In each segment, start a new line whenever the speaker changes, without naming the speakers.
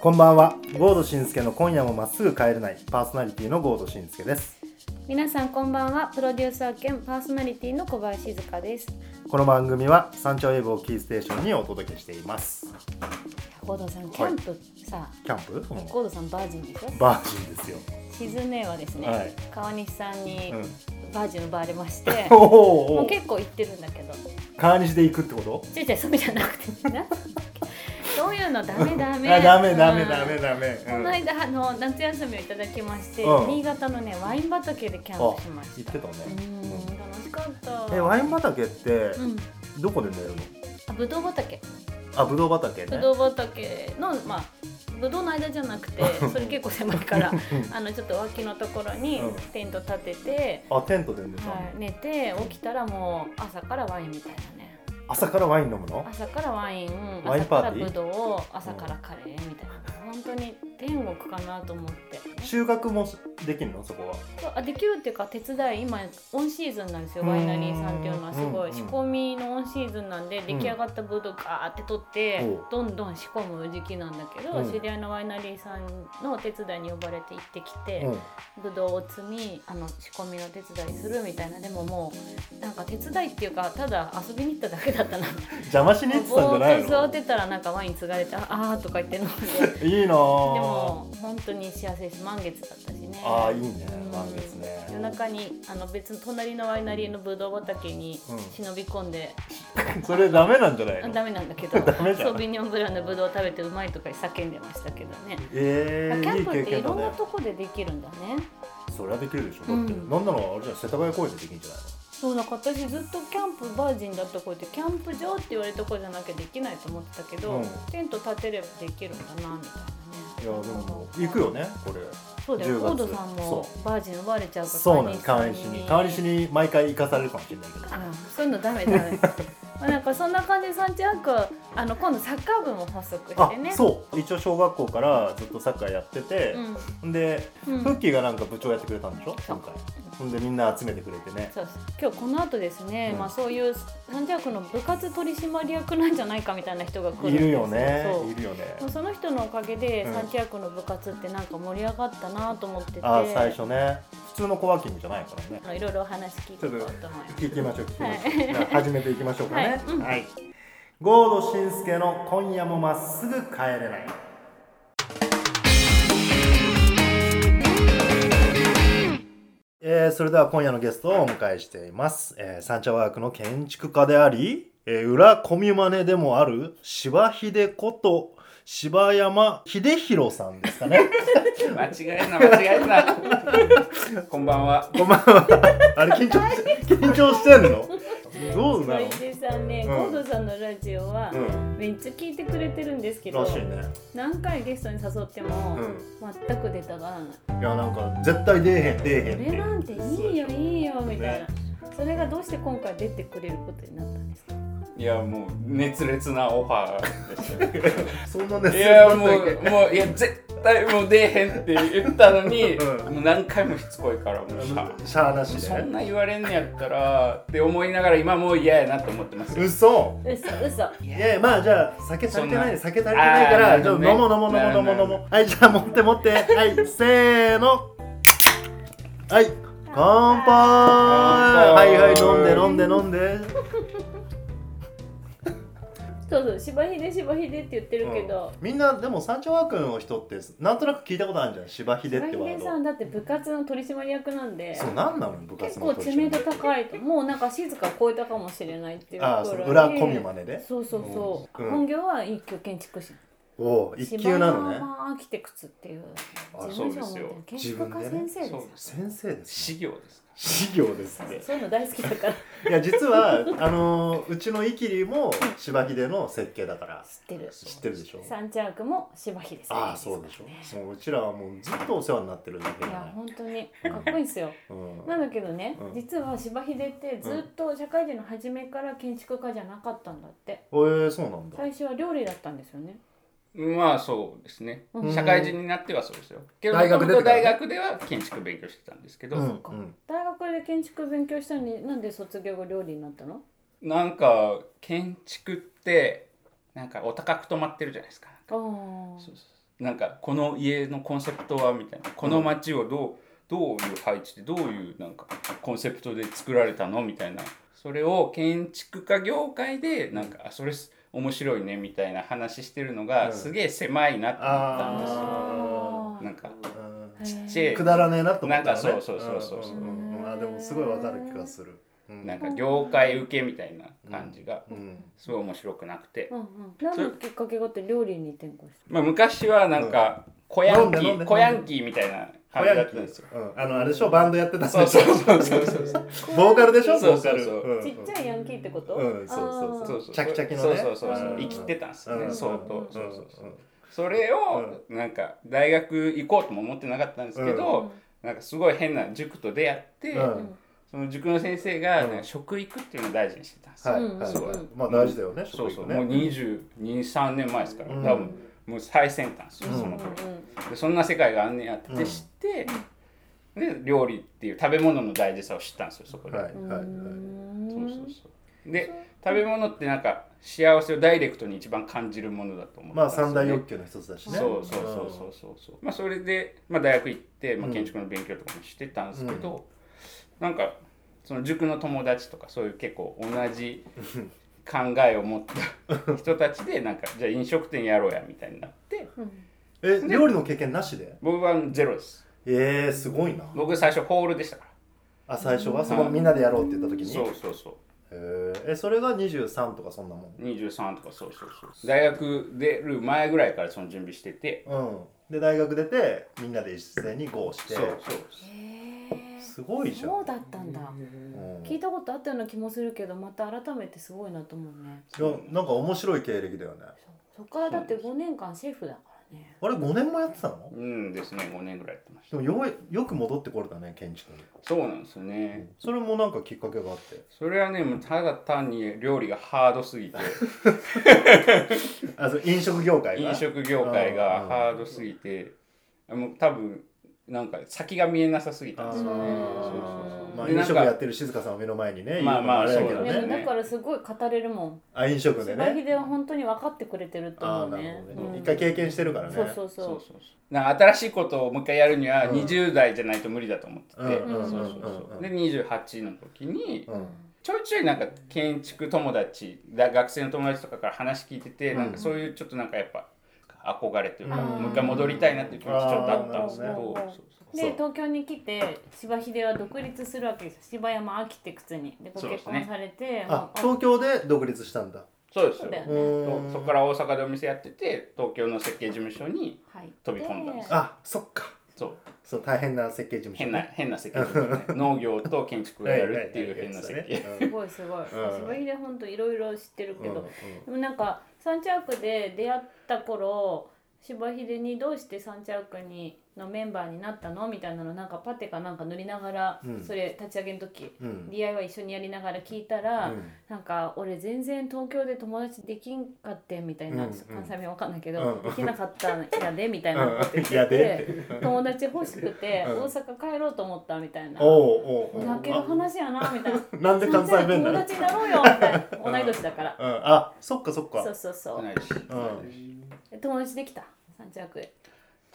こんばんは。ゴードシンスケの今夜もまっすぐ帰れないパーソナリティのゴードシンスケです。
皆さんこんばんはプロデューサー兼パーソナリティの小林静香です
この番組は山頂ウェブをキーステーションにお届けしています。
ゴードさんキャンプさ、
キャンプ、うん
ゴードさんバージンでしょ
バージンですよ。
静めはですね、
はい
川西さんに
うん、
バージン奪われまして、
お お
も
お
う
お。
結構行ってるんだけど
川西で行くってこと
ちいちゃいそうじゃなくてなんだ っけそういうのダメダメ
あダメダメ
うん
ダメダメ。
こ
うん
の間あの夏休みをいただきまして、
うん
新潟のねワイン畑でキャンプしまし
行ったてたね
う。ん楽しかった
え、ワイン畑って
うん
どこで寝るの
あぶどう畑
あ、ぶどう畑
ぶ
ね。
どう畑のまあぶどうの間じゃな くてそれ結構狭いからあのちょっと脇のところに
うん
テント立てて、
あ、テントで寝たの
はい、寝て起きたらもう朝からワインみたいなね
朝からワイン飲むの
朝からワイン
ワイン
朝
パ
か
ー
ら
ティー
ぶどう朝からカレーみたいな本当に天国かなと思って
収穫もできるのそこは。
そうあできるっていうか手伝い今オンシーズンなんですよ
うん
ワイナリーさんっていうのはすご
うん
い仕込みのオンシーズンなんで出来上がったブドウガーって取って
おう
どんどん仕込む時期なんだけ
う
ど
ん
知り合いのワイナリーさんのお手伝いに呼ばれて行ってきて
うん。
ブドウを摘みあの仕込みの手伝いするみたいなでももうなんか手伝いっていうかただ遊びに行っただけだった な
邪魔しに行ってたんじゃ
ぼ
な
ー
い
っと座っ
の
てたらなんかワイン継がれてああーとか言って飲んで
いいな
で
ぁ。
も本当に幸せです満月だったしね
ああ、いいね
うん。
満月ね。
夜中にあの別の隣のワイナリーのブドウ畑に
うん
忍び込んで、
それダメなんじゃない
あ
の
ダメなんだけ ど
ダメじゃん
ソビニョンブランのブドウを食べてうまいとか叫んでましたけどね、
え
あ
え
キャ
い
ン
い
プ
経
ってい
験
ろ
だ
んな
ね。
とこでできるんだね
それはできるでしょ。だって、
うん
なんならあれじゃん世田谷公園でできるんじゃない
そうなんか私ずっとキャンプバージンだった子ってキャンプ場って言われた子じゃなきゃできないと思ってたけど、
うん
テント立てればできるんだなみたいな
の？
ね
いやでも行くよね、これ。
そうだよ
10月
コードさんもバージン奪われちゃうから
そうなの。
川
川
西
西
さん
に川西に毎回行かされるかもしれないけど。
うんそういうのダメダ メまあなんかそんな感じでサンチアークはあの今度サッカー部も発足し
あ
てね、う、
そう。一応小学校からずっとサッカーやってて、で、
んうん、
フッキーがなんか部長やってくれたんでしょ？
そ
今
う
回。ほんでみんな集めてくれてね。
そうです今日この後ですね、
うん
まあ、そういうサンチアークの部活取締役なんじゃないかみたいな人が来るん
い
です
るよね
そ。
いうるよね
もう。その人のおかげで、
うん
サンチアークの部活ってなんか盛り上がったなと思ってて
あー、最初ね。普通のコワーキングじゃないからね
あ。のいろいろお話聞いていこうと思います
聞きましょう聞きましょう、
はい
じゃあ始めていきましょうかね
はいうん
はい、ゴードシンスケの今夜もまっすぐ帰れないえーそれでは今夜のゲストをお迎えしています、えーサンチャワークの建築家であり、えー裏コミマネでもある柴秀こと柴山秀弘さんですかね
間違えるな間違えるなこんばんは
ごめんあれ緊張して緊張してんのどうなの
小池さんね、
うん
ゴードさんのラジオは、
うん
めっちゃ聞いてくれてるんですけど
らしいね
何回ゲストに誘っても、
うん
全く出たがらない
いやなんか絶対出えへん出えへん
俺なんていいよいいよみたい
ね
なそれがどうして今回出てくれることになったんですか
いやもう熱烈なオフ ァーでした
そんなね
いやもうもういや絶対もう出えへんって言ったの に、
うん
もう何回もしつこいからもうさ
しゃあなし
そん
で
な言われんのやったらって思いながら今もう嫌やなと思ってます
嘘
嘘嘘
いやいやまあじゃあ酒足りてない
そんな
酒足りてないか
あ
ら
ー
じゃあ飲
なる
も
ほ
う飲も
ど
う飲も
ね
う
なる
飲
ほど
もうはいじゃあ持って持ってはいせーのはい乾杯はいはい飲んで飲んで飲んで
そうそう芝秀芝秀って言ってるけど、
みんなでも山頂ワークの人ってなんとなく聞いたことあるんじゃん芝秀ってワ
芝
ー
秀さん
ド
だって部活の取締役なんで
そうなんなの部活
結
の
構
途
知
中
名度高いともうなんか静かを超えたかもしれないっていう
ああそ
とこ
の
ろ
裏込みまでで
そうそうそう、
うん
本業は一級建築士
おお一級なの
芝
ね
山アーキテクツっていう
あ
事務所
そうです
も
よ
建築家先生です
そう
よ
です
先生ですね
修行です
資料です
そう
ね
そういうの大好きだから知
いや実はあのーうちのイキリも芝秀の設計だから
ってる
知ってるでしょ
サンチャークも芝秀さん
ああそうでしょもううちらはもうずっとお世話になってるんだけど
いや
ね
本当にかっこいいんですよ
うん
なんだけどね、
うん
実は柴秀ってずっと社会人の初めから建築家じゃなかったんだって
えー、そうなんだ
最初は料理だったんですよね
ねまあそうですね
うん
社会人になってはそうですよけど
大
大
学
学
出てからね
大学では建築勉強してたんですけど、
うんう
か
ん
大学で建築勉強したのになんで卒業後料理になったの
なんか建築ってなんかお高く止まってるじゃないですか
あ
そうそうなんかこの家のコンセプトはみたいなこの街をどうどういう配置でどういうなんかコンセプトで作られたのみたいなそれを建築家業界でなんかあそれす面白いねみたいな話してるのが、
うん
すげえ狭いなと思ったんですよ。
あ
ー
なんか
う
ちっちゃい
んくだらねえなと思った
なんかそうそうそうそうそうん
んんあでもすごいわかる気がする、うん
なんか業界受けみたいな感じが
うん
すごい面白くなくて、
うんうん、何のきっかけがあって料理に転向した
まあ、昔はなんか小ヤンキ
飲んで飲んで
ー小ヤンキーみたいな
小
感じだ
屋
ったんですよ。
うん、あのあれでしょバンドやってたんでし
そ
ょ
うそうそうそうそうそう
ボーカルでしょボ
そう
ーカル
そうそ
うん
ちっちゃいヤンキーってこと、
うんそうそう
そううそう
チャキチャキの
そ
ね
うそうそうそう
うん
生きてたんですよ
う
ね
ん
相
う
当
ん
そうそうそう
うん
それをなんか大学行こうとも思ってなかったんですけどなんかすごい変な塾と出会って
うん
その塾の先生が
うん
なんか食育っていうのを大事にしてたんです
はい
よ
うん
はい、
す
ごい
まあ大事だよね、
そうそう
食育ね
もう223年前ですから
うん
多分もう最先端ですよ
うん
その
うん
時
うん
でそんな世界があんねやっ
うん
て知ってで料理っていう食べ物の大事さを知ったんですよそこで
はいはいはい、
そうそうそうで食べ物ってなんか幸せをダイレクトに一番感じるものだと思って
まあ
んですよ
三大欲求の一つだしね
そうそうそうそうそうそう、まあそれで、まあ、大学行って、まあ、建築の勉強とかもしてたんですけど、なんかその塾の友達とかそういう結構同 じ考えを持った人たちでなんかじゃあ飲食店やろうやみたいになって
え料理の経験なしで
僕はゼロです
えー、すごいな
僕最初ホールでしたから
あ最初はそこみんなでやろうって言った時に
そうそうそう
へーえそれが23とかそんなもん
23とかそうそうそう大学出る前ぐらいからその準備してて
うんで大学出てみんなで一斉に合して
そうそう
へえ
すごいじゃん
そうだったんだ、
うん
聞いたことあったような気もするけどまた改めてすごいなと思うね
いやなんか面白い経歴だよね
そうそこからだって5年間シェフだからね
あれ5年もやってたの
うんですね5年ぐらいやってまし
で
た
もようよく戻ってこれたね建築に
そうなんですよね、
それもなんかきっかけがあって
それはねもうただ単に料理がハードす ぎて
あそう飲食業界が
飲食業界がハードすぎてもう多分なんか先が見えなさすぎたん
あ
ですよね
ー
そう
ーま
そうそう
あ
で
飲
なん
食
か
やってる静香さんを目の前にね
まあまあ
言うのもれだけど
で
そう
ね
もだからすごい語れるもん
あ飲食で
芝
ね
秀は本当に分かってくれてると
あ
思
ー
う
な
ね
るほど
う
ね
ん
一回経験してるからね
そうそうそ
そう
う
そうそうなんか新しいことをもう一回やるには
うん
20代じゃないと無理だと思ってて、
うん
うんうん
そうそうそうで28の時に
うん
ちょいちょいなんか建築友達だ学生の友達とかから話聞いてて、
うん
なんかそういうちょっとなんかやっぱ憧れというか、
うん
もう一回戻りたいなっていう気持ちちょっとあったんですけ
あ
ど
ー
なるほどね
そうそう
で東京に来て芝秀は独立するわけですよ芝山アーキテクツにでご
そうで
結
すね
婚されてもう
あ東京で独立したんだ
そうです
そう
よ
だよね
うん
そこから大阪でお店やってて東京の設計事務所に
入って
飛び込んだんです
あそっか
そう
そう大変な設計事務所
変
ね
な変な設計事務所ね農業と建築をやるっていう変な設計
すごいすごい
うん
芝秀ほんといろいろ知ってるけ
うん
どでもなんかサンチャークで出会った頃芝秀にどうしてサンチャークにのメンバーになったのみたいなのなんかパテかなんか塗りながら、
うん
それ立ち上げの時、
うんうん
DIY 一緒にやりながら聞いたら、
うん
なんか俺全然東京で友達できんかってんみたい
う
な、
んうん
関西弁わかんないけ
う
ど、
ん
できなかったんやでみたいなこと言って
やで
友達欲しくて、
うん
大阪帰ろうと思ったみたいな。
おうおうおう
泣ける話やなみたいな。
あなんで関西弁な
友
の
達になろうよみたいな。同い年だから。
うんあそっかそっ
そ
か
うそうそう。
ないし
うん
友達できた三着へ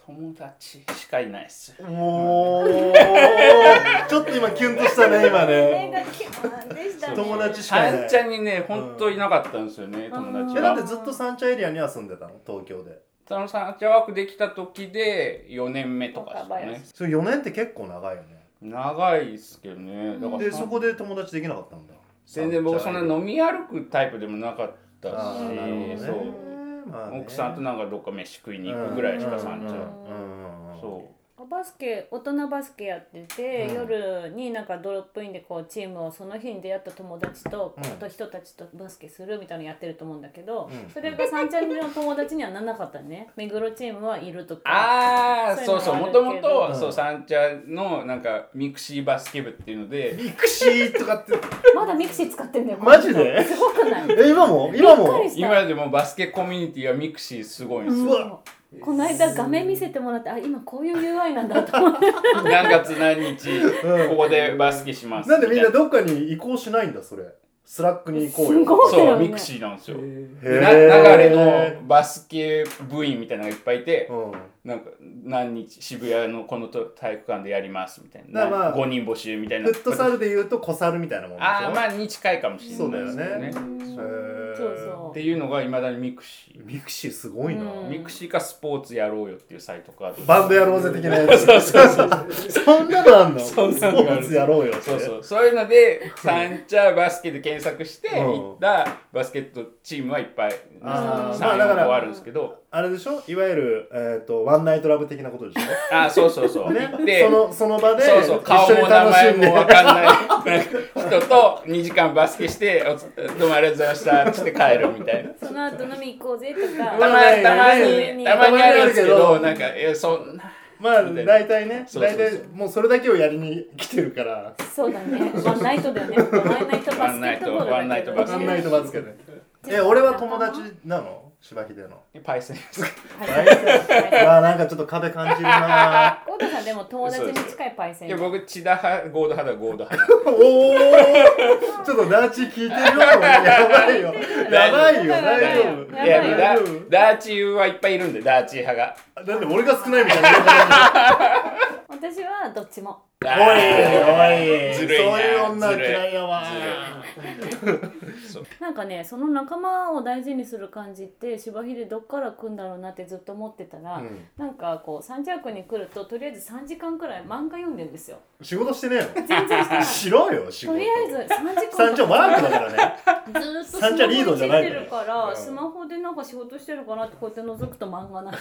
友達しかいないっす
おー ちょっと今キュンとしたね今
映
ね
画キュンでしたね
友達しかいない
三茶にね本当いなかったんですよね友達
えだっ
が
てずっと三茶エリアには住んでたの東京で
その三茶ワークできた時で4年目とかですか
若
ね
林
それ4年って結構長いよね
長いっすけどねだから
でそこで友達できなかったんだ
全然僕そ
三
ん
茶
な
エリア
飲み歩くタイプでもなかったし
あーなるほ
そ
ど
う
ねまあね
奥さんとなんかどっか飯食いに行くぐらいしかさんちゃ
うんうんうんうん
そ
バスケ大人バスケやってて、
うん
夜になんかドロップインでこうチームをその日に出会った友達と、
うん
あと人たちとバスケするみたいなのやってると思うんだけど、
うん
それが三茶の友達にはならなかったね目黒チームはいると
う
か
ああ
そ
そう
いうう
そ
のも
うも
あるけ
と
ど
も
う
と
ん
そうさんちゃんのなんかミクシーバスケ部っていうので
ミクシーとかって
まだミクシー使ってんだよ
マジです
ごくない
え今も今も
びっくりした
今でもバスケコミュニティはミクシーすごいんです
う
よ
わ
この間画面見せてもらってあ今こういう UI なんだと思って
何月何日
うん
ここでバスケします
なんでみんな
みたい
どっかに移行しないんだそれスラックに行こうよ
すごい
そ
だ
う
よね
ミクシーなんですよ
へー
でな流れのバスケ部員みたいなのがいっぱいいて、
うん
なんか何日渋谷のこのと体育館でやりますみたいな、
だからまあ
5人募集みたいな
フットサルでいうと小猿みたいなもんでしょ
ああまあに近いかもしれないです
そうだよね
う
へ
ん
ー
そうそう
っていうのがいまだにミクシ
ミクシーすごいな、
ー
うん
ミクシーかスポーツやろうよっていうサイトか
バンドやろうぜ的なやつそう
そうそう
んなのあんの
そんな
ス
の
ポ
がある
ーツやろうよって
そうそうそういうのでサンチャーバスケで検索して
うん
行ったバスケットチームはいっぱい
あ
ーまあだ
3
から
個あるんですけど
あれでしょいわゆる、えー、とワンナイトラブ的なことでしょ
あーそうそう そう
ね
で
そのその場で
そうそう顔
一緒に
も名
楽
前
しんで
もわかんない人と2時間バスケしておつ「どうもありがとうございました」っつって帰るみたいな。
その後飲み行こうぜとか
たま
ない
たま
ない
にたまにあるんですけ
たまに
ど
あ
な
る
んかえそんな
まあ
みたいな
大体ね
そうそう
大
そう
体もうそれだけをやりに来てるから
そうだねワンナイトだよねワンナイトバスケットボール
ワンナイト
わ
バス
か
ケ
ん
ッ
ないとまずけどねえ俺は友達なの柴秀の
パイセンですか
はい
あなんかちょっと壁感じる な
ゴードさんでも友達に近いパイセ
い
ン
や
だ
僕千田派ゴード派だゴード派
おおちょっとダーチ聞いてるよやばいよやばいよ大丈夫
やば
いや
いよ
ダ
大丈夫
ダーチはいっぱいいるんでダーチ派が
だって俺が少ないみたいな
私はどっちも
おいおい
ずるい
そ
な
ういう女
ずるい
嫌いやわ
なんかねその仲間を大事にする感じって芝秀どっから来んだろうなってずっと思ってたら、
うん
なんかこうサンジャークに来るととりあえず3時間くらい漫画読んでんですよ
仕事してね
全
え
然してな
の
い
しろよ仕
と
事
りあえず3時
三
間
丁ワークだからね
ずっとスマ
三
ホ
茶リードじゃない
いじってるか
う
ら
ん
スマホでなんか仕事してるかなってこうやって覗くと漫画 なの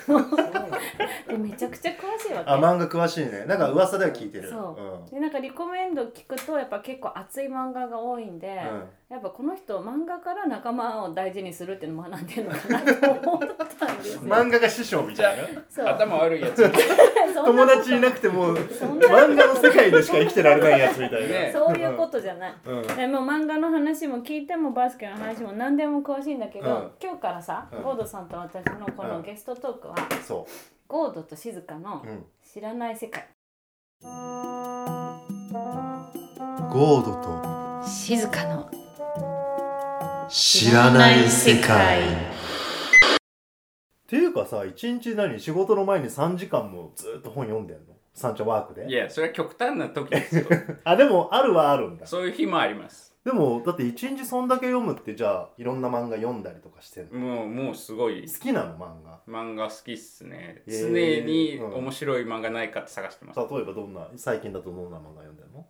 でめちゃくちゃ詳しいわけ
あ漫画詳しいねなんか噂では聞いてる
そ
ん
でなんかリコメンド聞くとやっぱ結構熱い漫画が多いんで、やっぱこの人漫画から仲間を大事にするっていうのを学んでるのかなと思ったんですよ
うん、漫画が師匠みたいな
そう
頭悪いやつみたい
そんな
友
こと
達いなくても
そんなこと
漫画の世界でしか生きてられないやつみたいな、
ね
そういうことじゃない
うん、うん
でもう漫画の話も聞いてもバスケの話も何でも詳しいんだけど、
うん
今日からさ、
うん
ゴードさんと私のこ
う
の
ん
ゲストトークは、
そ
ゴードと静香の
う、うん、
知らない世界
ゴード
静かの
と知らない世界っていうかさ一日何仕事の前に3時間もずっと本読んでんの三茶ワーク
な
で
いやそれは極端な時ですよ
あでもあるはあるんだ
そういう日もあります
でもだって一日そんだけ読むってじゃあいろんな漫画読んだりとかしてんの好
もうもうすごい
きなの漫画
漫画好きっすね
え
常
ー
に
うん
面白い漫画ないかって探してます
例えばどんな最近だとどんな漫画読んでんの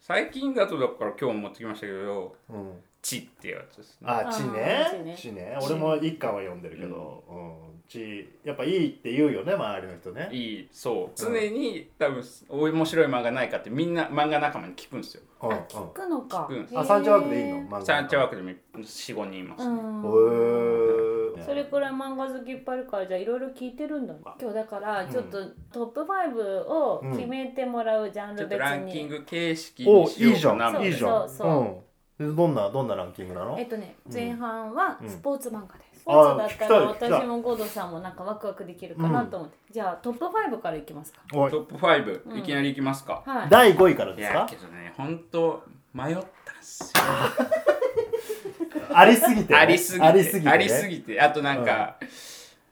最近だとだから今日持ってきましたけど
うん
「地」っていうやつですね
あ
あー
地ね
地ね
地ね俺も一巻は読んでるけど、うん地やっぱいいって言うよね周りの人ね
いいそう常に多分面白い漫画ないかってみんな漫画仲間に聞くんですよ
うんう
あ聞くのか、
聞く
んあ三茶ワークでいいの
へー
漫画
サンチャワークでも45人います
う
ね
ん
へー
それくらい漫画好きいっぱいいるからじゃあいろいろ聞いてるんだね今日だからちょっとトップ5を決めてもらうジャン
ち
ル
ょっと
別
ランキ
に、
ング形式
お
に
いい
し
じゃ
ようかなん
いいじゃん
そうそ
うんでどんなどんなランキングなの
えっとね前半は
うん
スポーツ漫画です、スポ
あー
ーツだったら
聞きたい聞きたい
私もゴードさんもなんかワクワクできるかなと思って、じゃあトップ5からいきますか
おい
トップ5、いきなりいきますか、
はい
第五位から
い
です
や
か
けどね本当迷ったんすよ
ありすぎてね
ありすぎて
ありすぎてね
ありすぎてあとなんか、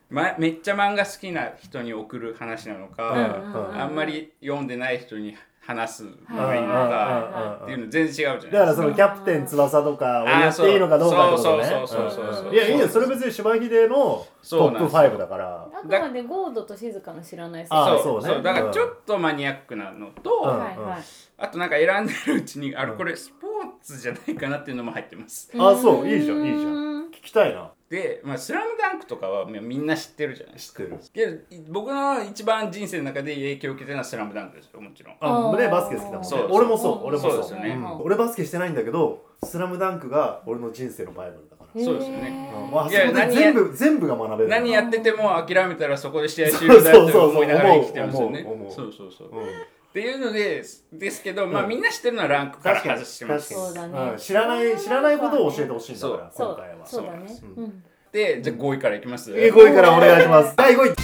ま、めっちゃ漫画好きな人に送る話なのか、
うん
うんうん
あんまり読んでない人に話すの
うんうん
がいいのか、っていう
うんうん
の全然違うじ
だ
ゃな
か
いで
ら
す
そ
か
のキャプテン翼とかをやっていいのかどうかってことね
そうそうそうそうそう
いやいいよそれ別に柴秀の
そ
ト
う
ッ
な
プ
んですよ
5だから
あくまでゴードと静かの知らない世界
あー
そう
そ
そう
ね
うだか
うん
らちょっとマニアックなのと、
うん
はいはい、
あとなんか選んでるうちにあれこれスポーツじゃないかなっていうのも入ってます
あそういいじゃんいいじゃ
ん
聞きたいな
で「まあ、スラムダンクとかはみんな知ってるじゃないですか
作る
けど僕の一番人生の中で影響を受けてるのは「スラムダンクですよもちろん
あ
あー
ねバスケ好きだもんね
そうそう
俺もそう
うん
俺もそう
そうですよね
ん俺バスケしてないんだけど「スラムダンクが俺の人生のバイブルだから、
そうですよね
うんもうあ
い
そ
や
こで
何
全部全部が学べる
何
や
やってても諦めたらそこで試合終了だよって思いながら生きてますよね
そうそうそう
そ
思う
うそうそう
うん、
っていうのでですけどま
う
あ
ん
みんな知ってるのはランクから外してます
そうだね
うん知らない知らないことを教えてほしいんだから
そ
今
う
回は
そうだ
そうなん
ね
です
うん
でじゃあ5位からいきます
えー5位からお願いします第5位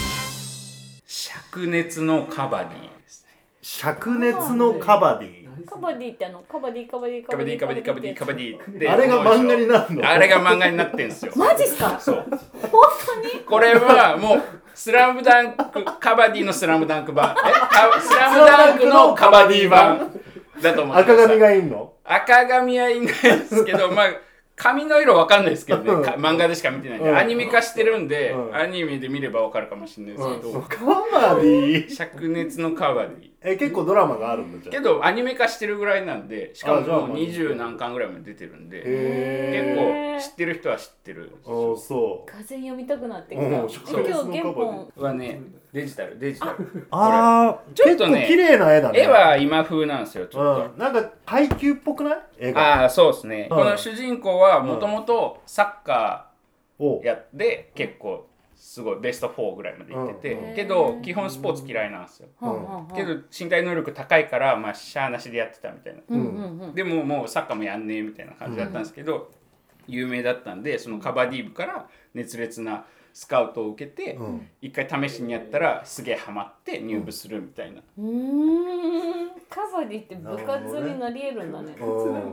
灼熱のカバディですね
灼熱のカバディ
カバディってあのカバディカバディ
カバディカバディカバディカバディって
あれが漫画になるの
あれが漫画になってんすよ
マジっすか
そう
本当に
これはもうスラムダンクカバディのスラムダンク版 えカスラムダンクのカバディ版だと思ってく
赤
ださい
髪がいいの
赤髪はいないですけど、まあ、髪の色わかんないですけどね、
うん
か漫画でしか見てないんで、
うん
アニメ化してるんで、
うん
アニメで見ればわかるかもしれないですけど、
カバディ
灼熱のカバディ。
え結構ドラマがあるんだじゃ
け
ん
ど、アニメ化してるぐらいなんで、しか
あじゃあ
もも
ま
う
あ
二十何巻ぐらいまで出てるんで、
へ
結
へー
構知ってる人は知ってる。
ーおーそう
俄然読みたくなってきた、
うん
今
そう
日原本
はね、デジタル、デジタル。
ああ
ちょ
結
っと
構
ね
綺麗な絵だね
絵は今風なんですよ、ちょっと。
うんなんか階級っぽくない絵が
ああ、そうですね。
うん
この主人公はもともとサッカー、
おう
やって結構すごいベスト4ぐらいまで行ってて、
うん
けど基本スポーツ嫌いなんですよ、
うん
はあはあ
けど身体能力高いからまあしゃあなしでやってたみたいな、
うんうんうん
でももうサッカーもやんねえみたいな感じだったんですけど、有名だったんでそのカバディ部から熱烈なスカウトを受けて
うん
一、回試しにやったらすげえハマって入部するみたいな、
うーんカバディって部活になりえるんだね
うん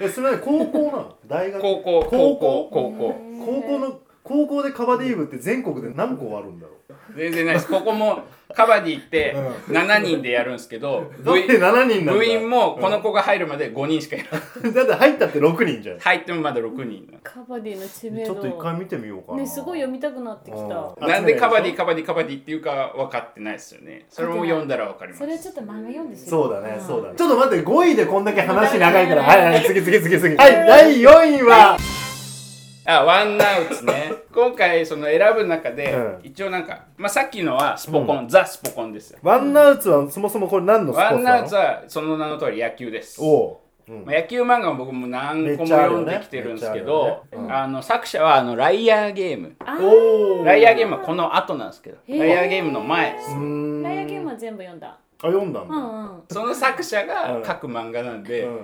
えそれは高 校なの大学
高校
高校
高校高校
高校の高校でカバディ部って全国で何校あるんだろ
全然ないですここもカバディって7人でやるんですけ ど、
うだっ
部
て7
員
人なんだ
部員もこの子が入るまで5人しかいない
うん だって入ったって6人じゃん
入ってもまだ6人な
カバディの知名
ちょ
度
っと一回見てみようかな
ねすごい読みたくなってきた
うん
なんでカバデ
集めるでしょ
ィカバディカバディっていうか分かってないですよねそれも読んだら分かります
それはちょっと漫画読んでし
そうだね、そうだ
ね
ね。ちょっと待って、5位でこんだけ話長いから、
は
はいいはい、次次次次。はい、第4位は、
あワンナウツね今回その選ぶ中で、
うん
一応なんか、まあ、さっきのはスポコン、ザ・スポコンですよ
ワンナウツはそもそもこれ何のスポー
ワ
ツなの
ンナウツはその名の通り野球です
おう。うん
まあ野球漫画も僕も何個
めっ
も
ちゃある
読
よ
ん
ね
できてるんです
め
け
っちゃ
ど
あ、るよねうん
あの作者はあのライアーゲーム
あー
おー
ライアーゲームはこの後なんですけど、
へー
ライアーゲームの前です
うーん。
ライアーゲームは全部読んだ
あ、読んだん
う
だ。
んうん
その作者が書く漫画なんで、
うん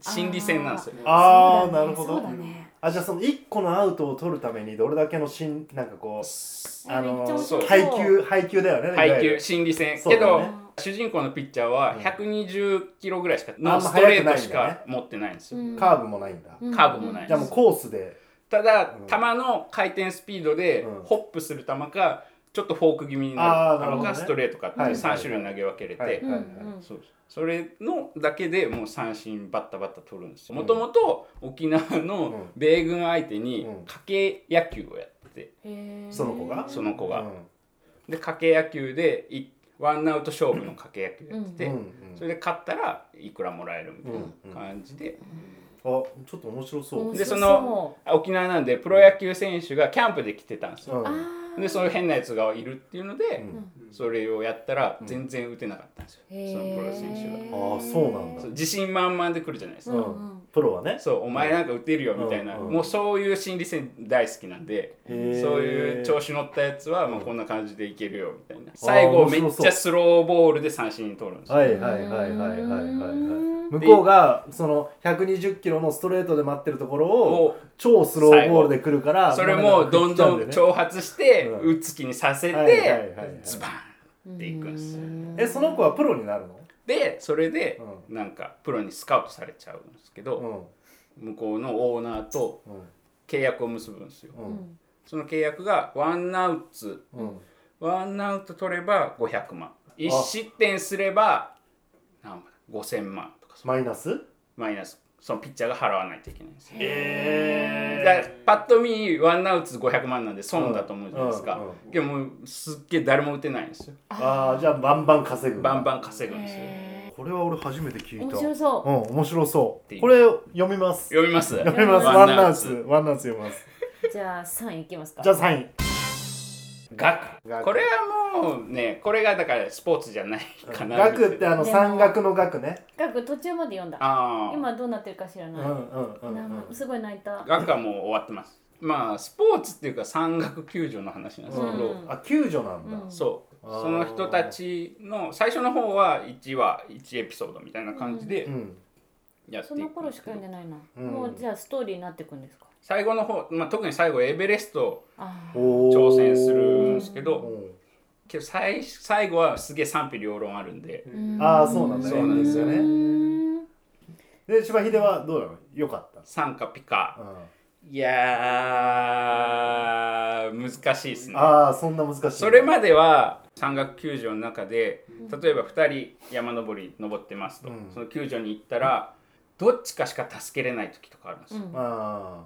心理戦なんですよ
あー、
そうだね
なるほ
そ
ど
うだ。ね
あ、じゃあその1個のアウトを取るために、どれだけのしん、なんかこう、あ
めっ
の
ちゃ面
白
ー、
そう
配球、配球だよね。いわ
配
ゆ
球
る
心理戦
そう
け
だ
ど、
ね
主人公のピッチャーは
うん
120キロぐらいしか
あ
の
んま
ストレ
速
ー
くないんだ
ト
ね
しか持ってないんですよ、
うん
カーブもないんだ。
うん
カーブもない
じゃあもうコースで、
ただ
うん
球の回転スピードで
うん
ホップする球かちょっとフォーク気味に
あ
な
ー
る
なるほ
球
どね
かストレートかって
はい
3種類投げ分けれて、
はい
うんうん
そうそれのだけでもう三振バッタバッタ取るんですよもともと沖縄
う
の
ん
米軍相手に
うん
賭け野球をやってて
へー
その子が
その子
う
が、
ん
で賭け野球でいワンアウト勝負の賭け野球やってて、
うん
それで勝ったらいくらもらえるみた
うん
いな感じで、
うん。あ、ちょっと面白そう
面。
で
白
そうの沖縄なんでプロ野球選手がキャンプで来てたんですよ、
うん
あー
でその変なやつがいるっていうので、
ん
それをやったら全然打てなかったんですよ、
へー
そのプロ選手が
あーそうなんだ
そう自信満々で来るじゃないです
う
か、
ん
うん
プロはね。
そうお前なんか打てるよみたいな、
うんうん
もうそういう心理戦大好きなんで、
そう
そういう調
子。
子乗ったやつはもうこんな感じでいけるよみたいな最後
面
め
白
っ
そう
ちゃスローボールで三振に取るんですよ、
はいはいはいはいはいはいは
う
い。
ん
向こうがその120キロのストレートで待ってるところを
を
超スローボールで来るから
それもどんどん
超
挑発して
うん
打つ気にさせ
はいはいはい
て
はい
ズバーンっていくんですよ
えその子はプロになるの
でそれで
う
なんかプロにスカウトされちゃうんですけ
う
ど
ん
向こうのオーナーと
うん
契約を結ぶんですよ
うん
その契約がワンアウト
うん
ワンアウト取れば500万1失点すれば何万5000万とかそう
マイナス
マイナスそのピッチャーが払わないといけないんですよだから
え
パッと見ワンアウト500万なんで損だと思うじゃないです
う
か
んうんう
でもすっげえ誰も打てないんですよ
ー、あーじゃあバンバン稼ぐ
バンバン稼ぐんですよ。
へ
これは俺初めて聞
ー
いた
面白そう
うん面白そう
う
これ読みます
読みます。読
読みますワンナウツワンナウツ読みます
じゃあ三いきますか。
じゃあ3位
学。これはもうね、これがだからスポーツじゃないかな。
学ってあの
でも
山岳の学ね
学途中まで読んだ。
ああ。
今どうなってるか知ら
う
なんい。
うんうんう
なん
ん
かすごい泣いた。
学はもう終わってます。まあスポーツっていうか山岳救助の話なんですけど、
うん
あ救助なんだ、
うん
そう。
あー
その人たちの最初の方は1話1エピソードみたいな感じで
うん
やって
そ
いくんですけ
の頃しか読ん
ど
でないな。
うん
もうじゃあストーリーになっていくんですか。
最後の方、まあ、特に最後エベレスト
ああ。
おー
挑戦するんですけど
うん
けど最最後はすげえ賛否両論あるんで、
あーそうなんだ
そうなんですよね
ね
で柴秀はどうなのよかった
賛かピカ
うん
いやー難しいですね
ああそんな難しい
それまでは山岳救助の中で例えば2人山登り登ってますと、
うん
その救助に行ったらどっちかしか助けれない時とかあるんですよ、
あ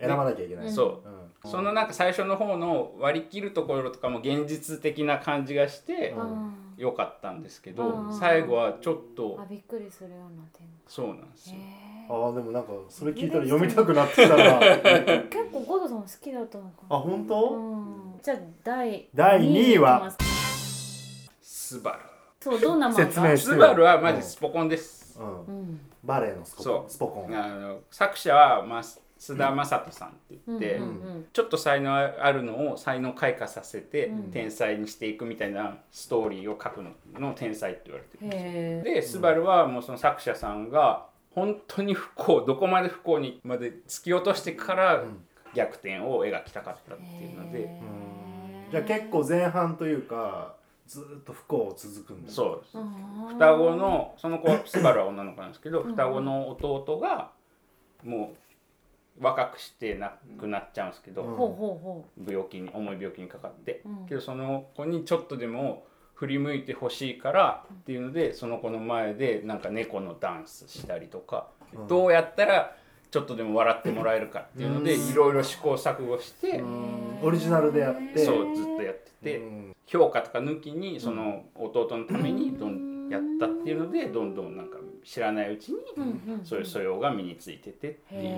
ー選ばなきゃいけない、
うん
そう
うん
そのなんか最初の方の割り切るところとかも現実的な感じがして
うん
良かったんですけ
う
ど
ん
最後はちょっと
あびっくりするような展
そうなんですよ
開へ
あーでもなんかそれ聞いたら読みたくなってきた な
ー結構ゴドさん好きだったのか
あ
な
本
う
当
んじゃあ第
第二位は
二いきます
スバ
そうどんな漫画
説明
ル
して
スバルはマジスポコンです
うん、
うん
バレエのスポコ
そ
ン
う
スポコン
あの作者はます須田雅人さんって言って、
うんうん
ちょっと才能あるのを才能開花させて
うん
天才にしていくみたいなストーリーを書くのの天才って言われて
うん
る
へー
でスバルはもうその作者さんが本当に不幸どこまで不幸にまで突き落としてから
ん
逆転を描きたかったっていうので
へー
じゃあ結構前半というかずーっと不幸続くんだ
そうです
あー
双子のその子はスバルは女の子なんですけど
うん
双子の弟がもう若くして亡くなっちゃうんですけど、
うん
ほうほうほ
病気に重い病気にかかって、
うん
けどその子にちょっとでも振り向いてほしいからっていうのでその子の前でなんか猫のダンスしたりとか、
うん
どうやったらちょっとでも笑ってもらえるかっていうので
うん
いろいろ試行錯誤して、
う
うへー
オリジナルでやって
そうずっとやってて、
うん
評価とか抜きにその弟のためにどんやったっていうのでどんどんなんか知らないうちに
うんうん
そういう素養が身についててってい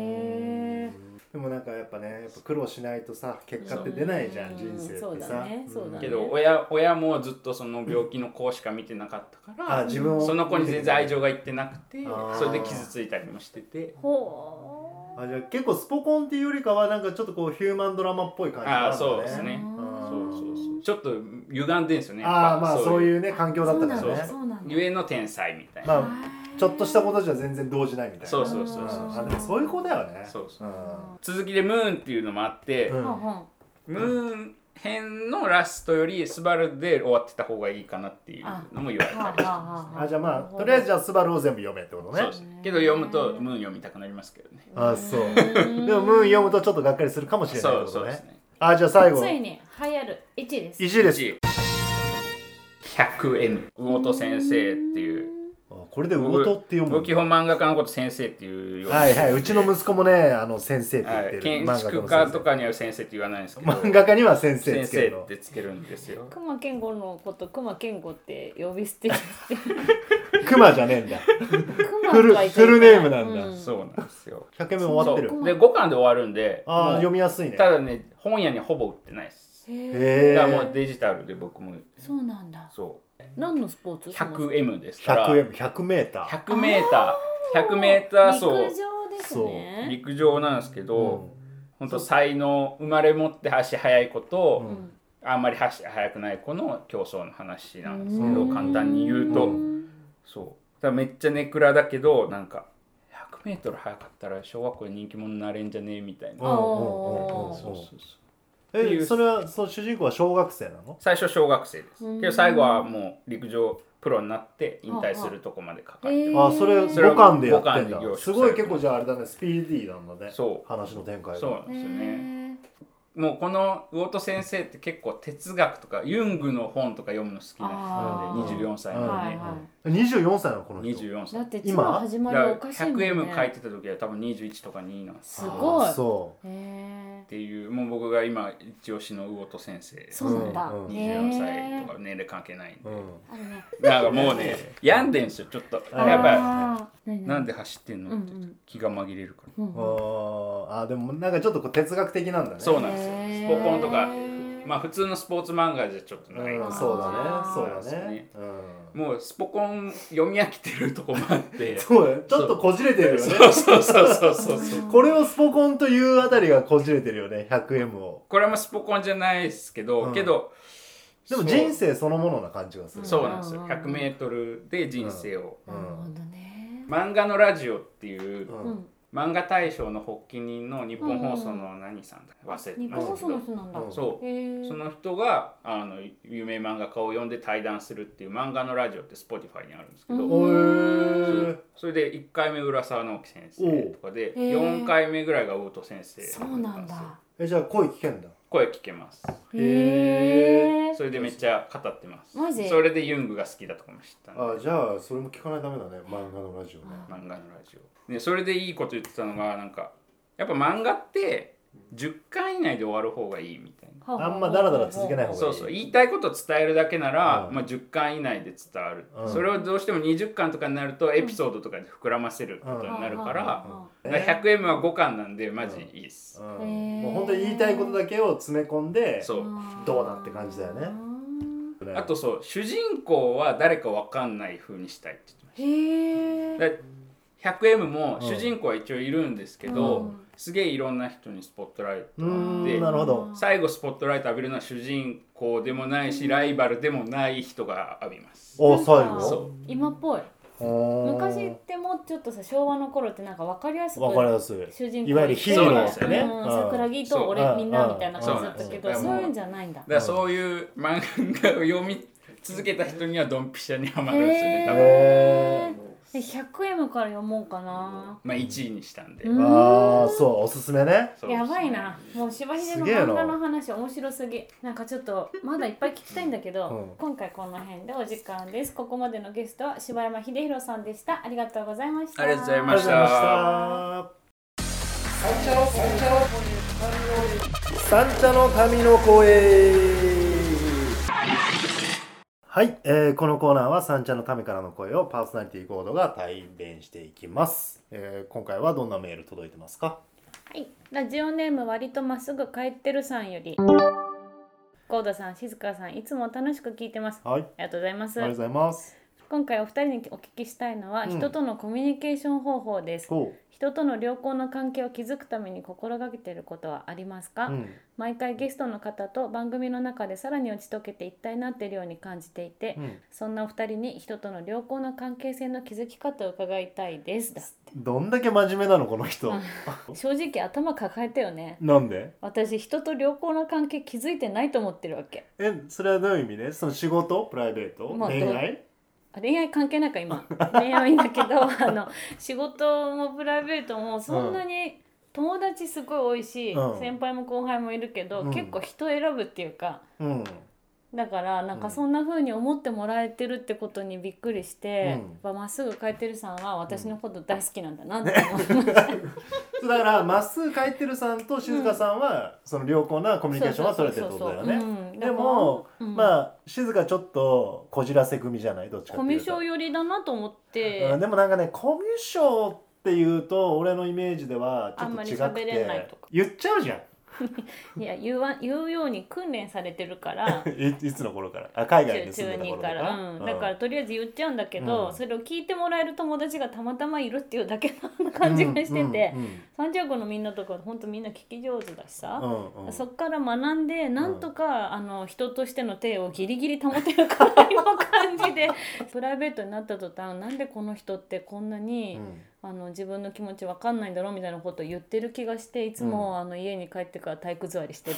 う。
へ
でもなんかやっぱねやっぱ苦労しないとさ結果って出ないじゃん
うん
人生ってさ
そうだねそうだね
けど親親もずっとその病気の子しか見てなかったから、
あ自分を
その子に全然愛情がいってなくて
あー
それで傷ついたりもしてて
ーほ
あじゃあ結構スポコンっていうよりかはなんかちょっとこうヒューマンドラマっぽい感じなんだ、ね、
あーそうです
う
ね
あ
そう
ー
そうそうちょっと歪んでんですよね
ああまあそう
う
いうね環境だったか
そうなんだ
らね
そうなんだ
ゆえの天才みたいな、
まあちょっとしたことじゃ全然動じないみたいな
そうそうそうそう
あでもそういう子だよね
そうそううん続きで「ムーン」っていうのもあって、
うん
ほうほ
ムーン編のラストより「スバルで終わってた方がいいかなっていうのも言われ
うは
た
あ
り
はあは
あじゃあまあとりあえずじゃあスバルを全部読めってことね
そうですねけど読むと「ムーン」読みたくなりますけどね
あそう
うん
でもムーン読むとちょっとがっかりするかもしれないって
そう
こ
そ
と
う
ね
ですね
あじゃあ最後
ついに流行る1です
1です
100N 魚戸先生っていう
あこれで魚とって読むん
僕基
だ
本漫画家のこと先生っていうように
はいはいうちの息子もねあの先生って言
は
っ
い
てる、
建
漫画家
築
の
家
先
とかには先生って言わないんですけ
生
ど
漫画家には先生
先
つけ
生
るの
ってつけるんですよ
熊健吾のこと熊健吾って呼び捨てにして
クマじゃねえんだ
熊
フル
とは言って
フルネームなんだ
うん
そうなんですよ
100目終わってる
そうで5巻で終わるんで
ああ
もう
読みやすいね
ただね本屋にほぼ売ってないです
へえ
だ
へ
からもう
え
デジタルで僕も
そうなんだ
そ
何のスポーツ
う 100M ですから
100m 100メータ
100m 100m
陸
走
上ですね
陸上なんですけ
ー
ど本当才能生まれ持って足速い子と、
う
うん
あんまり走速くない子の競争の話なんですけ
う
ど
ん
簡単に言うと、
うん
そうだからめっちゃネクラだけどなんか 100m 速かったら小学校で人気者になれんじゃねえみたいな、
うんうんうんうん
あー
そうそうそう
えそれはその主人公は小学生なの
最初小学生です
うん
けど最後はもう陸上プロになって引退するとこまで書かれて
へ
る
ー
あそれ
そ
れは
5巻でやってん
五巻で凝
だ
縮
すごい
され
結
てる
構じゃああれだねスピーディーなんだね
そう
話の展開が
そうなんですよね
ね
もうこの魚戸先生って結構哲学とかユングの本とか読むの好きな人なんで
あー
24歳なの
は
で、
いは
24歳なのこの人
24歳
だって
今
今始ま
だ
り
か
お
ら
かしいもんね
100M 書いてた時は多分21とか2なんです
すごい
あそ
へえ
っていうもう僕が今一押しの魚戸先生です
そうなんだ
うんうん
へ
24
え
歳とか年齢関係ないん
う、
で、
うん、
あるね
なんかもうね病んでんすよちょっと
あー
やっぱ
ぱり
りなんで走ってんのって
うんうん
気が紛れるから、
あーあーでもなんかちょっとこう哲学的なんだね
そうなんですよスポコンとかま
あ
あ普通のスポーツ漫画じゃちょっとない
うん
です
そうだ
あ
ね
ー
そうだね
そうね
うん、
もうスポコン読み飽きてるとこもあっ てそ
そうだねちょっとこじれてるよね
うそうそうそうそうそう
これをスポコンというあたりがこじれてるよね 100M を
これもスポコンじゃないですけど、
うん
けど
で
そ
も
う
人生そのものな感じがする
そうなんですよ
うん
100m で人生を、
なるほどね
漫画のラジオっていう
う
うんん
漫画大賞の発起人の日本放送の何さんだ、忘れ
日
ま
本放
した
送の
けど
人なんだ
う。ん
そう
へえ。
その人があの有名漫画家を呼んで対談するっていう漫画のラジオって Spotify にあるんですけど、
うん
お
う
え
それで1回目浦沢直樹先生とかで
おうへー
4回目ぐらいが大戸先生
そうなんだ。
えじゃあ声聞けんだ
声聞けます
へ
へ
え
え。
それでめっちゃ語ってます
マジ
それでユングが好きだとかも知ったんで
あじゃあそれも聞かないとダメだね漫画のラジオね
あ
漫画のラジオでそれでいいこと言ってたのがなんかやっぱ漫画って10巻以内で終わる方がいいみたいな
はは
あんまダラダラ続けない方がいい
そうそう言いたいことを伝えるだけなら、
うん
まあ、10巻以内で伝わる、
うん
それをどうしても20巻とかになるとエピソードとかで膨らませることになるから、
うん
だから 100M は5巻なんでマジいいです、
う
へ
ん
ー
もう本当に言いたいことだけを詰め込んで
そう
どうだって感じだよね
ね。
ね
あとそう主人公は誰かわかんない風にしたいって言ってま
へえ。
した 100M も
うん
主人公は一応いるんですけど、
うん
すげえいろんな人にスポットライ
うー
ト
ん
で
なるほど
最後スポットライト浴びるのは主人公でもないしライバルでもない人が浴びます
お
なん
最
か
後
そ
今っぽい。
おー
昔ってもうちょっとさ昭和の頃ってなんかわかりやすく
わかりやすい
主人公
いわゆるヒーローってね
う
うん
ん桜木と
そ
俺
う
みんなみたいな感じだったけ
う
ど
んうん
そういうんじゃないんだ
だ。からそういう漫画を読み続けた人にはドンピシャにはまるんですよ
へ
ね多
ー
分
へ
え 100M から読もうかな。
まあ1位にしたんで、
うん
ーああそうおすすめね
そうです
や
ね
ばいなもう柴秀
す
の
げえな
漫画の話面白すぎなんかちょっとまだいっぱい聞きたいんだけど、
うん
今回この辺でお時間ですここまでのゲストは柴山秀弘さんでしたありがとうございました
ありがとうござ
あ
い
り
ま
がと
し
うございました三茶の民の声はい、えーこのコーナーは三茶の民からの声をパーソナリティコードが代弁していきます、えー今回はどんなメール届いてますか
はい、ラジオネーム割とまっすぐ帰ってるさんよりゴードさん静香さんいつも楽しく聞いてますあ
はいあ
りがとうございま
り
す
がとうございます
今回お二人にお聞きしたいのは、
うん
人とのコミュニケーション方法です
そ
人との良好な関係を築くために心がけていることはありますか、
う、うん、
毎回ゲストの方と番組の中でさらに打ち解けて一体になっているように感じていて、
うん
そんなお二人に人との良好な関係性の築き方を伺いたいですだって
どんだけ真面目なのこの人
うん正直頭抱えたよね
なんで
私人と良好な関係築いてないと思ってるわけ
えそれはどういう意味ねその仕事プライベート
まあ
恋愛
あ恋愛関係ないか 今恋愛はいいんだけどあの仕事もプライベートもそんなに友達すごい多いし、
うん
先輩も後輩もいるけど、
うん
結構人選ぶっていうか
うん、
だからなん
う
か
ん
そんな風に思ってもらえてるってことにびっくりして、
うん
まあまっすぐ帰ってるさんは私のこと大好きなんだなって思
そ
う
うだからまっすぐ帰ってるさんと静香さんは、その良好なコミュニケーションは取れてるってことだよね
そうそうそうそううん
でも、
うん
まあ静香ちょっとこじらせ組じゃないどっちか
コ
ってい
ミ
う
ュ
と
障寄りだなと思っ
うん
て
でもなんかねコミュ障っていうと俺のイメージではちょっと違
あん
く
まり喋れない
て
とか
言っちゃうじゃん
いや言わ言うように訓練されてるから
いいつの頃からあ海外に住んでた頃
12
か
からら、うん、だからとりあえず言っちゃうんだけど、
うん
それを聞いてもらえる友達がたまたまいるっていうだけの感じがしてて、
うんうん
サンジャゴのみんなとかほんとみんな聞き上手だし
う
さ、
んうんうん
そっから学んでなんとか、あの人としての手をギリギリ保てるくらいの感じ でプライベートになった途端なんでこの人ってこんなに、
うん
あの自分の気持ちわかんないんだろうみたいなことを言ってる気がしていつも、あの家に帰ってから体育座りしてる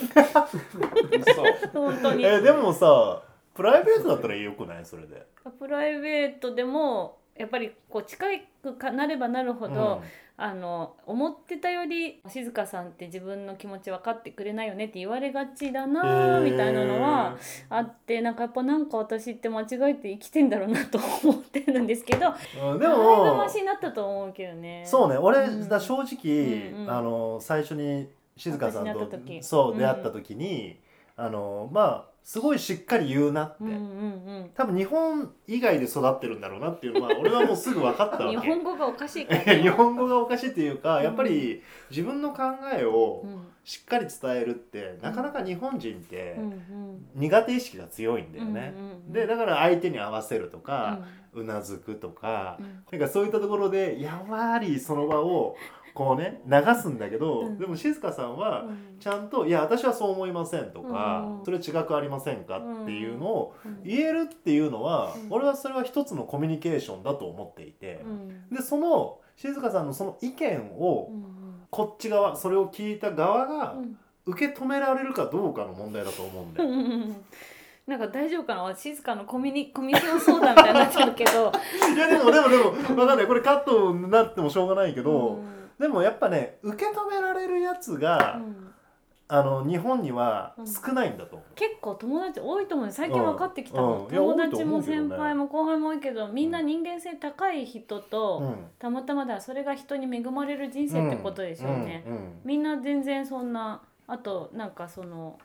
そう
本当 に
えでもさプライベートだったらよくないそれで
プライベートでもやっぱりこう近くかなればなるほど、あの思ってたより静香さんって自分の気持ち分かってくれないよねって言われがちだなーみたいなのはあってなんかやっぱなんか私って間違えて生きてんだろうなと思ってるんですけど
へー、うんで
でもだいぶ
も
マシになったと思うけどね。
そうね俺、
うん
だ正直、
うんうん
あの最初に静香さん
私に会
と
った時
そう
うん
出会った時に、あのまあすごいしっかり言うなって、
うんうん
多分日本以外で育ってるんだろうなっていうのは 俺はもうすぐ分かった
うん、
わ
日
け
本語がおかしいから、
日本語がおかしいっていうかやっぱり自分の考え
う
を
ん
しっかり伝えるってなかなか日本人って
うん
苦手意識が強いんだ
う
よ
ん、
ね
う、んうん、
でだから相手に合わせると
う
か
ん、
うなずくとか
う、ん
なんかそういったところでやはりその場をこうね流すんだけど、
うん
でも静香さん
う
は
ん
ちゃんと「いや私はそう思いません」とか、
うん
それ違くありませんか?」っていうのを
うん
言えるっていうのは、
うん
俺はそれは一つのコミュニケーションだと思っていて、
うん
でその静香さんのその意見を
うん
こっち側それを聞いた側が
うん
受け止められるかどうかの問題だと思うんで
うんうんうんなんか大丈夫かな静かのコミュニコミュニケーション相談みたいになっちゃう けど
いやでもでもでも分かんないこれカットになってもしょうがないけど、
うん
でもやっぱね受け止められるやつが、
うん
あの日本には少ないんだと思う、
結構友達多いと思うよ最近分かってきた
うんう
の、
んいや
友
多いと
達
思
も
うけどね
先輩も後輩も多いけどみんな人間性高い人と、
うん
たまたまだそれが人に恵まれる人生ってことでしょうね、
うんうん
みんな全然そんなあとなんかその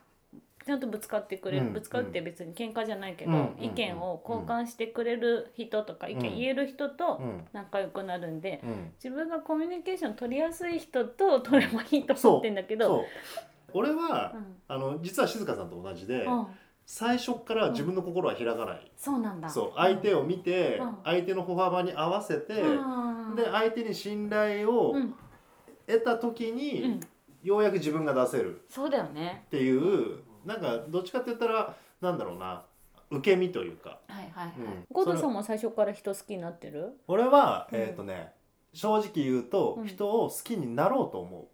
ちゃんとぶつかってくれる、
うん
ぶつかうって別に喧嘩じゃないけど、
うん
意見を交換してくれる人とか、意見言える人と
うん
仲良くなるんで、
うん
自分がコミュニケーション取りやすい人と取ればいいと思ってんだけど
そう俺は、
うん
あの実は静香さんと同じで、
うん
最初から自分の心は開かない、
そうなんだ
そう相手を見て、
うん
相手の歩幅に合わせて、
うん
で相手に信頼を
うん
得た時に、
うん、
ようやく自分が出せる
そうだよね
っていうなんかどっちかって言ったらなんだろうな受け身というか、
はいはいはい、
うん
ゴード
そ
さ
れ
んも最初から人好きになってる
俺は、
うん
えっ、とね正直言うと、
うん
人を好きになろうと思う。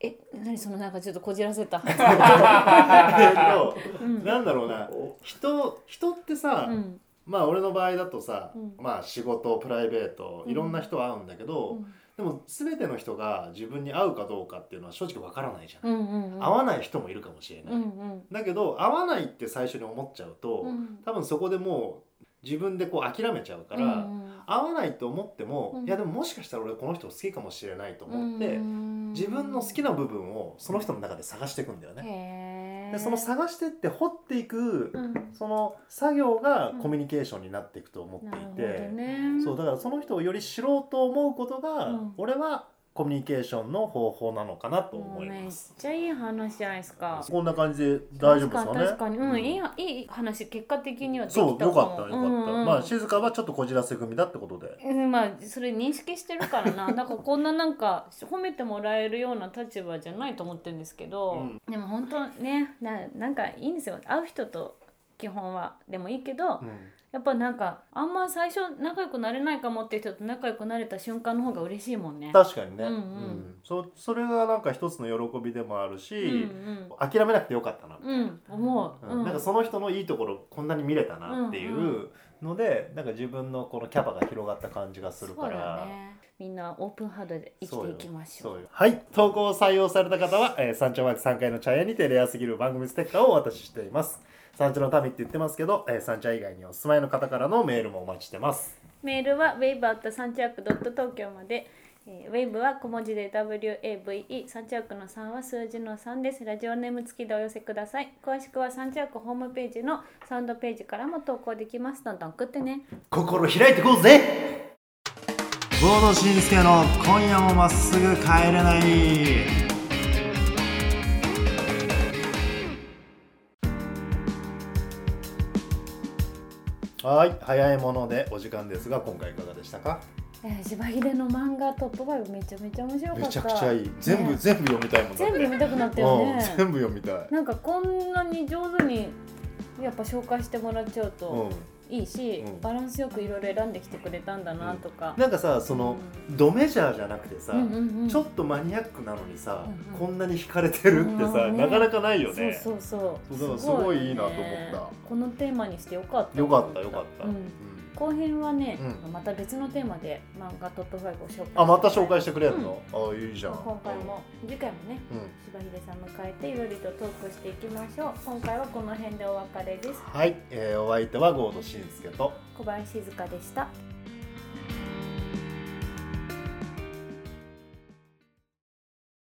え何そのなんかちょっとこじら せた、
えっと
うん
なんだろうな人人ってさ、
うん
まあ俺の場合だとさ、
うん
まあ仕事プライベートいろんな人は会うんだけど、
うん
でも全ての人が自分に合うかどうかっていうのは正直わからないじゃん、
うんうんうん
合わない人もいるかもしれない、
うんうん
だけど合わないって最初に思っちゃうと、
うん
多分そこでもう自分でこう諦めちゃうから、
うん
合わないと思っても、
うん
いやでももしかしたら俺この人好きかもしれないと
うん
思って、
うん
自分の好きな部分をその人の中で探していくんだよね。
へー
でその探してって掘っていく、
うん
その作業がコミュニケーションになっていくと思っ
なるほ
て
ど
いて、
ね
そうだからその人をより知ろうと思うことが、
うん
俺はコミュニケーションの方法なのかなと
も
思
う
い
めっ
ます。
ちゃいい話じゃないですか
こんな感じで大丈夫ですかね。
確かに確かにうん、いいいい話結果的にはできた
そうよかったよかった、
うんうん
まあ静香はちょっとこじらせ組だってことで
うんまあそれ認識してるからななんかこんななんか褒めてもらえるような立場じゃないと思ってるんですけど、
うん
でも本当ねななんかいいんですよ会う人と基本はでもいいけど、
うん
やっぱなんかあんま最初仲良くなれないかもっていう人と仲良くなれた瞬間の方が嬉しいもんね。
確かにね、
うんうん
そそれがなんか一つの喜びでもあるし、
うん
諦めなくてよかったな、
うん、うん、思う、
うんなんかその人のいいところこんなに見れたなってい
ん
う
う
ので、なんか自分のこのキャパが広がった感じがする
そ
か
うだ
ら
よ。ねみんなオープンハードで生きていきましょう
そうよはい投稿を採用された方は、えー、山頂マーク3階の茶屋にてレアすぎる番組ステッカーをお渡ししています山頂の民って言ってますけど、えー、山頂以外にお住まいの方からのメールもお待ちしてます
メールは wave.sanchak.tokyo まで、えー、wave は小文字で wave サンチャークの3は数字の3ですラジオネーム付きでお寄せください詳しくはサンチャークホームページのサウンドページからも投稿できますどんどん送ってね
心開いてこうぜ合同しんすけの今夜もまっすぐ帰れないはい早いものでお時間ですが今回いかがでしたか
えー、柴秀の漫画トップ5めちゃめちゃ面白かった
めちゃくちゃいい全部、
ね
全部読みたいもんだ
全部読みたくなったよ
うん
ね
全部読みたい
なんかこんなに上手にやっぱ紹介してもらっちゃうといいし、
うん
バランスよくいろいろ選んできてくれたんだなとか、
なんかさそのドメジャーじゃなくてさ、
うんうんうん
ちょっとマニアックなのにさ、
うんうん
こんなに惹かれてるってさ、
うんね
なかなかないよね
そうそう
そう
そ
だから
う
すごいいいなと思った
ねこのテーマにしてよかった
よかったよかった、
う
うんん
後編はね、
う
また別のテーマで漫画トップ5を紹介
あまた紹介してくれるの、あいいじゃん
今回も次回もね
うん、
柴秀さん迎えていろいろとトークしていきましょう今回はこの辺でお別れです
はい、えーお相手はゴードシンスケと
小林静香でした